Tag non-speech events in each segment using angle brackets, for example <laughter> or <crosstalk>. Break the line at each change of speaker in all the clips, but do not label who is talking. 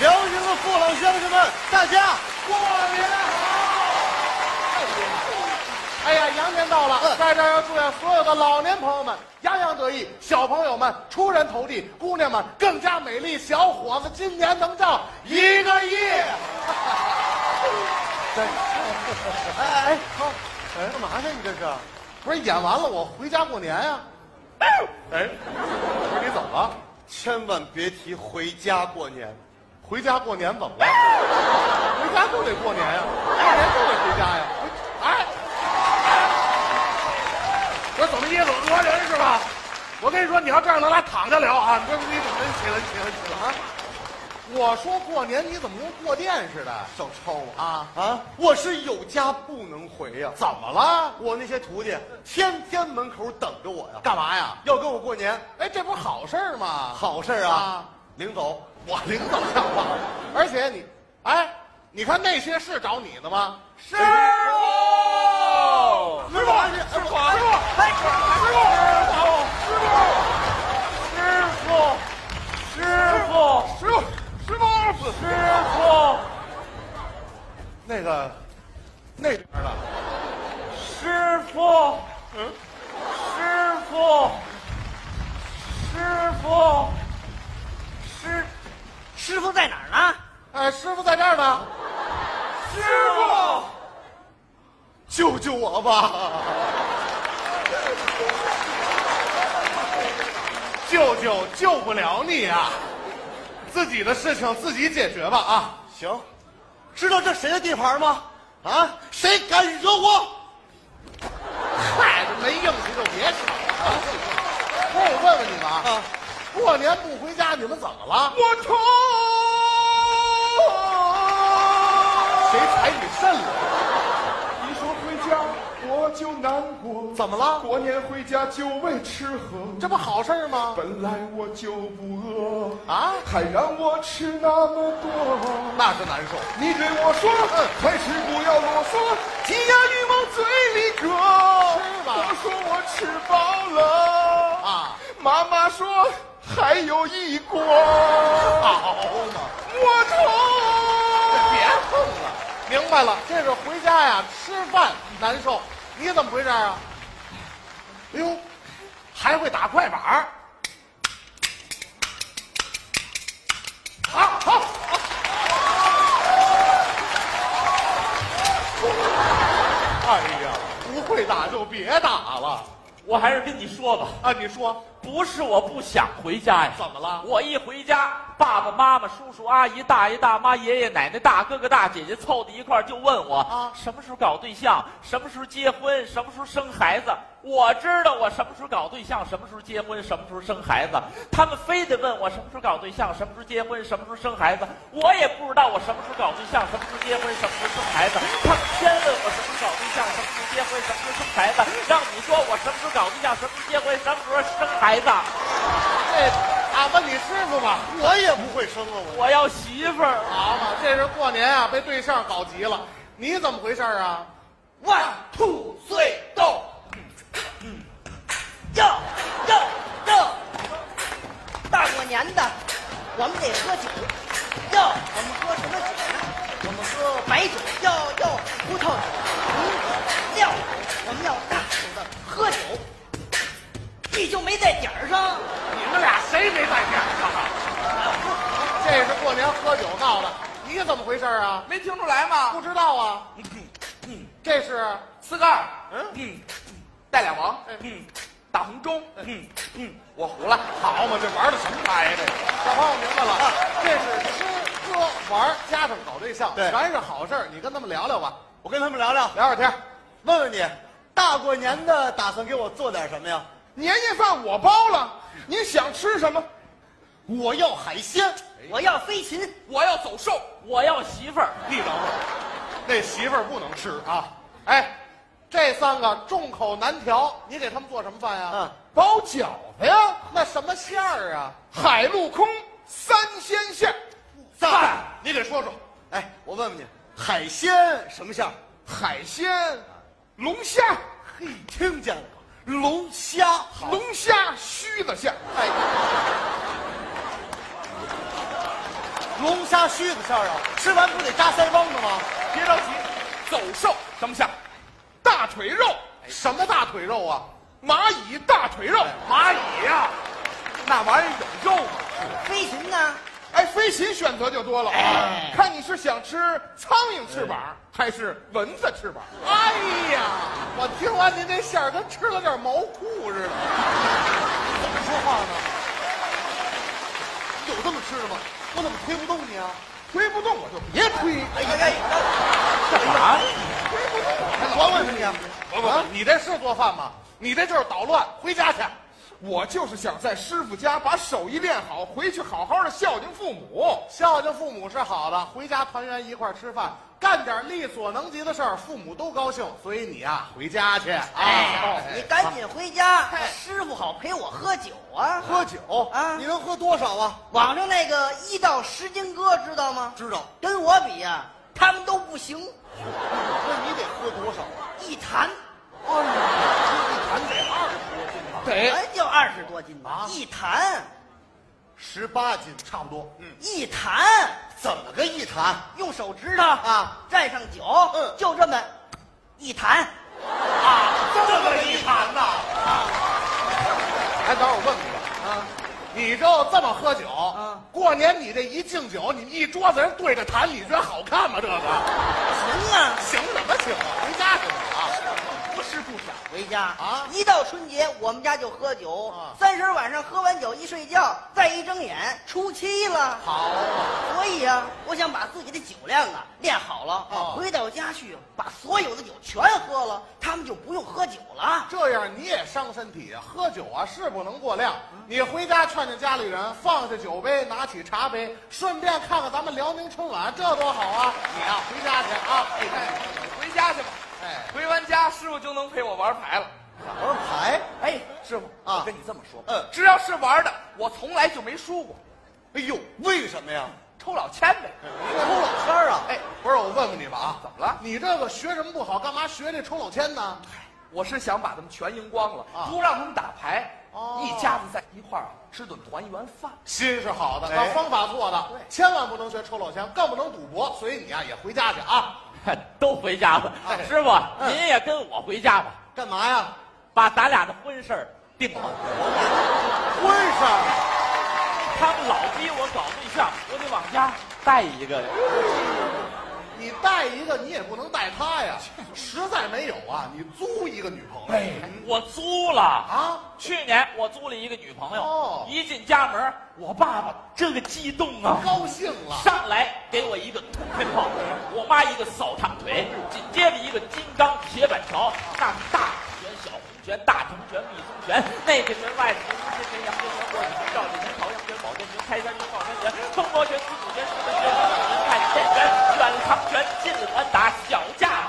辽宁的父老乡亲们，大家
过年好！哎呀，羊年到了，在这儿要祝愿所有的老年朋友们洋洋得意，小朋友们出人头地，姑娘们更加美丽，小伙子今年能挣一个亿。哎哎哎，好，哎，干嘛去？你这是？不是演完了，我回家过年呀、哎，不是你怎么了？
千万别提回家过年，
回家过年怎么了？回家就得过年啊呀、过年就得回家呀、哎，
我怎么意思？讹人是吧？我跟你说，你要这样，咱俩躺着聊啊！你这你怎么起来起来起来啊？
我说过年你怎么跟过电似的？
少抄我
啊
啊！我是有家不能回呀、
怎么了？
我那些徒弟天天门口等着我呀、
干嘛呀？
要跟我过年，
哎，这不是好事儿吗？
好事儿啊！
啊
领走，
我领导干嘛？而且你，哎，你看那些是找你的吗？哦
师傅，师傅，
师傅，师傅，哎，师傅，师傅，
师傅，师傅，
师傅，师傅，师傅，
那个，那边的，
师傅，
嗯，
师傅，师傅，师，师傅在哪儿呢？
哎，师傅在这儿呢，
师傅。
救救我吧！舅舅救不了你啊，自己的事情自己解决吧啊！
行，知道这谁的地盘吗？啊，谁敢惹我？
嗨，这没硬气就别吵了。那我问问你们啊
啊，
过年不回家，你们怎么了？
我痛。
谁踩你肾了？
一说回家我就难过，
怎么了？
过年回家就为吃喝，
这不好事儿吗？
本来我就不饿，
啊，
还让我吃那么多。
那是难受。
你对我说，还是不要啰嗦，鸡鸭鱼往嘴里搁。
吃吧
我说我吃饱了
啊，
妈妈说还有一锅。
好嘛，
我痛。
别碰了。明白了，这是回家呀，吃饭难受。你怎么回事啊？哎呦，还会打快板儿。好好。哎呀，不会打就别打了
我还是跟你说吧，
啊！你说
不是我不想回家呀。
怎么了
我一回家，爸爸妈妈、叔叔阿姨、大爷大妈、爷爷奶奶、大哥哥大姐姐凑到一块儿就问我
啊
什么时候搞对象，什么时候结婚，什么时候生孩子。我知道我什么时候搞对象，什么时候结婚，什么时候生孩子。他们非得问我什么时候搞对象，什么时候结婚，什么时候生孩子。我也不知道我什么时候搞对象，什么时候结婚，什么时候生孩子。他们先问我什么时候搞对象，什么时候结婚，什么时候生孩子。让你说我什么时候搞对象，什么时候结婚，什么时候生孩子。
这啊？问你师傅吧。
我也不会生啊，我
我要媳妇儿。
好嘛，这是过年啊，被对象搞急了。你怎么回事儿啊？
One two three go，
哟哟哟！大过年的，我们得喝酒。哟，我们喝什么酒呢？我们喝白酒。哟哟，葡萄酒、红酒、料酒，我们要大口的喝酒。你就没在点儿上。
你们俩谁没在家？
啊
这是过年喝酒闹的，你怎么回事儿啊？
没听出来吗
不？知道啊，这是
四个二，嗯，带俩王，嗯，打红中，嗯嗯，我胡了。
好嘛，这玩的什么牌呀？这小朋友明白了，这是吃喝玩儿加上搞对象，
对
全是好事儿。你跟他们聊聊吧，
我跟他们聊聊，
聊聊天儿。
问问你，大过年的打算给我做点什么呀？
年夜饭我包了，你想吃什么？
我要海鲜。
我要飞禽，
我要走兽，哎我要媳妇儿。
你等会儿，那媳妇儿不能吃啊！哎，这三个众口难调，你给他们做什么饭呀？哎
嗯，
包饺子呀，
那什么馅儿啊？
海陆空三鲜馅，
饭，你给说说。
哎，我问问你，海鲜什么馅儿？
海鲜，龙虾，
嘿，听见了吗？龙虾。
龙虾须子馅。
哎，
龙虾须子馅儿啊，吃完不得扎腮帮子吗？
别着急，走兽什么馅？
大腿肉，
哎什么大腿肉啊？哎
蚂蚁大腿肉，
蚂蚁呀、那玩意儿有肉吗？
飞啊禽呢？
哎，飞禽选择就多了
哎
啊！看你是想吃苍蝇翅膀，还是蚊子翅膀？
哎呀，我听完您这馅儿，跟吃了点毛裤似的。
怎么说话呢？有这么吃的吗？我怎么推不动你啊？
推不动我就
别推！
哎呀哎呀，
我问问你啊，
不不
啊你这是做饭吗？你这就是捣乱，回家去。
我就是想在师傅家把手艺练好，回去好好的孝敬父母。
孝敬父母是好的，回家团圆一块儿吃饭，干点力所能及的事儿，父母都高兴。所以你呀、回家去啊！
哎，你赶紧回家
哎，
师傅好陪我喝酒啊。
喝酒
啊
你能喝多少啊？
网上那个一到十斤哥知道吗？
知道，
跟我比呀、他们都不行，
那你得喝多少啊？
一坛
得
哎就二十多斤吧，一坛
十八斤，差不多。嗯，
一坛，
怎么个一坛？
用手指头啊蘸上酒，
嗯
就这么一坛。
这么一坛呐！哎，等会儿啊我问问你啊，你就这么喝酒？
啊
过年你这一敬酒，你们一桌子人对着谈，你觉得好看吗？这个
行啊，
行什么行啊？回家去吧啊！
不吃不想回家
啊
一到春节，我们家就喝酒，
啊
三十晚上喝完酒一睡觉，再一睁眼初七了。
好嘛，
所以啊，我想把自己的酒量啊练好了，
哦
回到家去把所有的酒全喝了，他们就不用喝酒了。
这样你也伤身体啊！喝酒啊是不能过量。你回家劝劝家里人，放下酒杯，拿起茶杯，顺便看看咱们辽宁春晚，这多好啊！你呀、回家去啊！哎，
回家去吧。
哎
回完家，师傅就能陪我玩牌了。
玩牌？
哎，师傅
啊
我跟你这么说，
嗯
只要是玩的，我从来就没输过，
哎呦，为什么呀？
抽老千呗。
抽老千儿啊？
哎，不是，我问问你吧啊，
怎么了
你这个学什么不好，干嘛学这抽老千呢？
我是想把他们全赢光了，
啊
不让他们打牌，
哦
一家子在一块儿啊吃顿团圆饭。
心是好的，
哎
但方法错的，千万不能学抽老千，更不能赌博。所以你呀、也回家去啊！
<laughs> 都回家吧，
哎
师傅，啊您也跟我回家吧，
干嘛呀？
把咱俩的婚事儿定了。
婚事儿？
他们老逼我搞对象，我得往家带一个呀。
你带一个，你也不能带
<laughs>
他呀，实在没有啊，你租一个女朋
哎
友。
我租了啊
啊！
去年我租了一个女朋友，
哦
一进家门，我爸爸这个激动啊，
高兴了，
上来给我一个土喷炮，我妈一个扫堂腿，紧接着一个金刚铁板桥，那是大红拳、小红拳、大成拳、密宗拳，内个拳、外个拳、中间拳、阳拳、旋过拳、赵立拳、朝阳拳、保健拳、开山拳、抱山拳、风魔拳、四股拳、石门拳、小拳、太极拳、远长拳、近传打、小架子、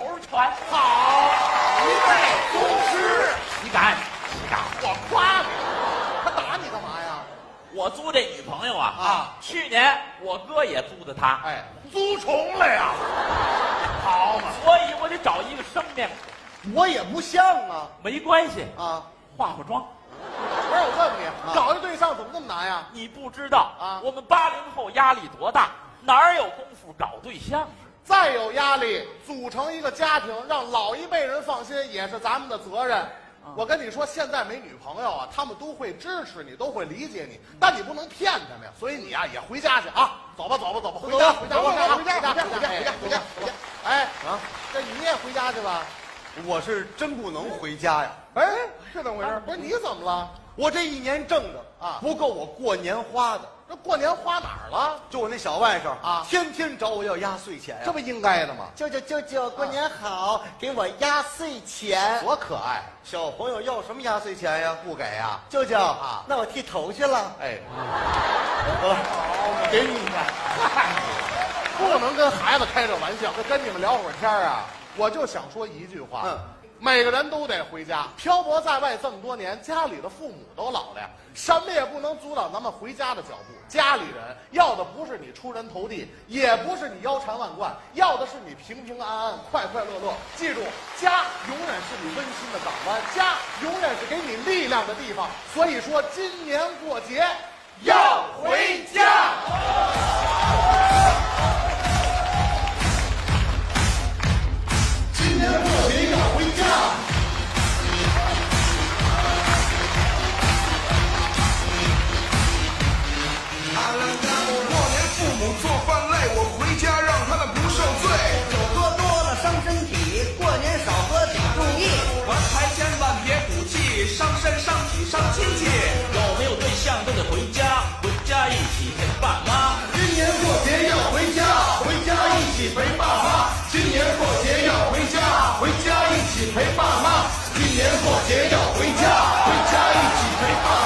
头拳。好，
哎
一代宗师，岂敢岂敢！
我夸你，他打你干嘛呀？
我租这女朋友啊
啊
去年我哥也租的她，
哎，租虫了呀！好嘛，
所以我得找一个生面孔。
我也不像啊
没关系，
啊！
化化妆。
不是我问问你，搞一对象怎么那么难呀？
你不知道
啊
我们八零后压力多大，哪儿有功夫搞对象？啊
再有压力，组成一个家庭，让老一辈人放心，也是咱们的责任。我跟你说，现在没女朋友啊，他们都会支持你，都会理解你，但你不能骗他们呀。所以你啊，也回家去啊，走吧，走吧，走吧，回家，回家，
走吧
回家，
走吧
回家，
回家回家回
回家，
家回家回家回家。
哎，
啊
啊，这你也回家去吧。
我是真不能回家呀。
哎，是怎么回事？不是你怎么了？
我这一年挣的
啊
不够我过年花的。
这过年花哪儿了？
就我那小外甥
啊
天天找我要压岁钱呀
这。不应该的吗？啊
舅舅舅舅，过年好，给我压岁钱。
多可爱！
小朋友要什么压岁钱呀？
不给呀、
舅舅
啊
那我剃头去了。
哎，
好了，给你一个。
<laughs> 不能跟孩子开这玩笑，跟你们聊会儿天儿啊。我就想说一句话，
嗯
每个人都得回家，漂泊在外这么多年，家里的父母都老了呀，什么也不能阻挡咱们回家的脚步。家里人要的不是你出人头地，也不是你腰缠万贯，要的是你平平安安、快快乐乐。记住，家永远是你温馨的港湾，家永远是给你力量的地方。所以说，今年过节
要回家。没错。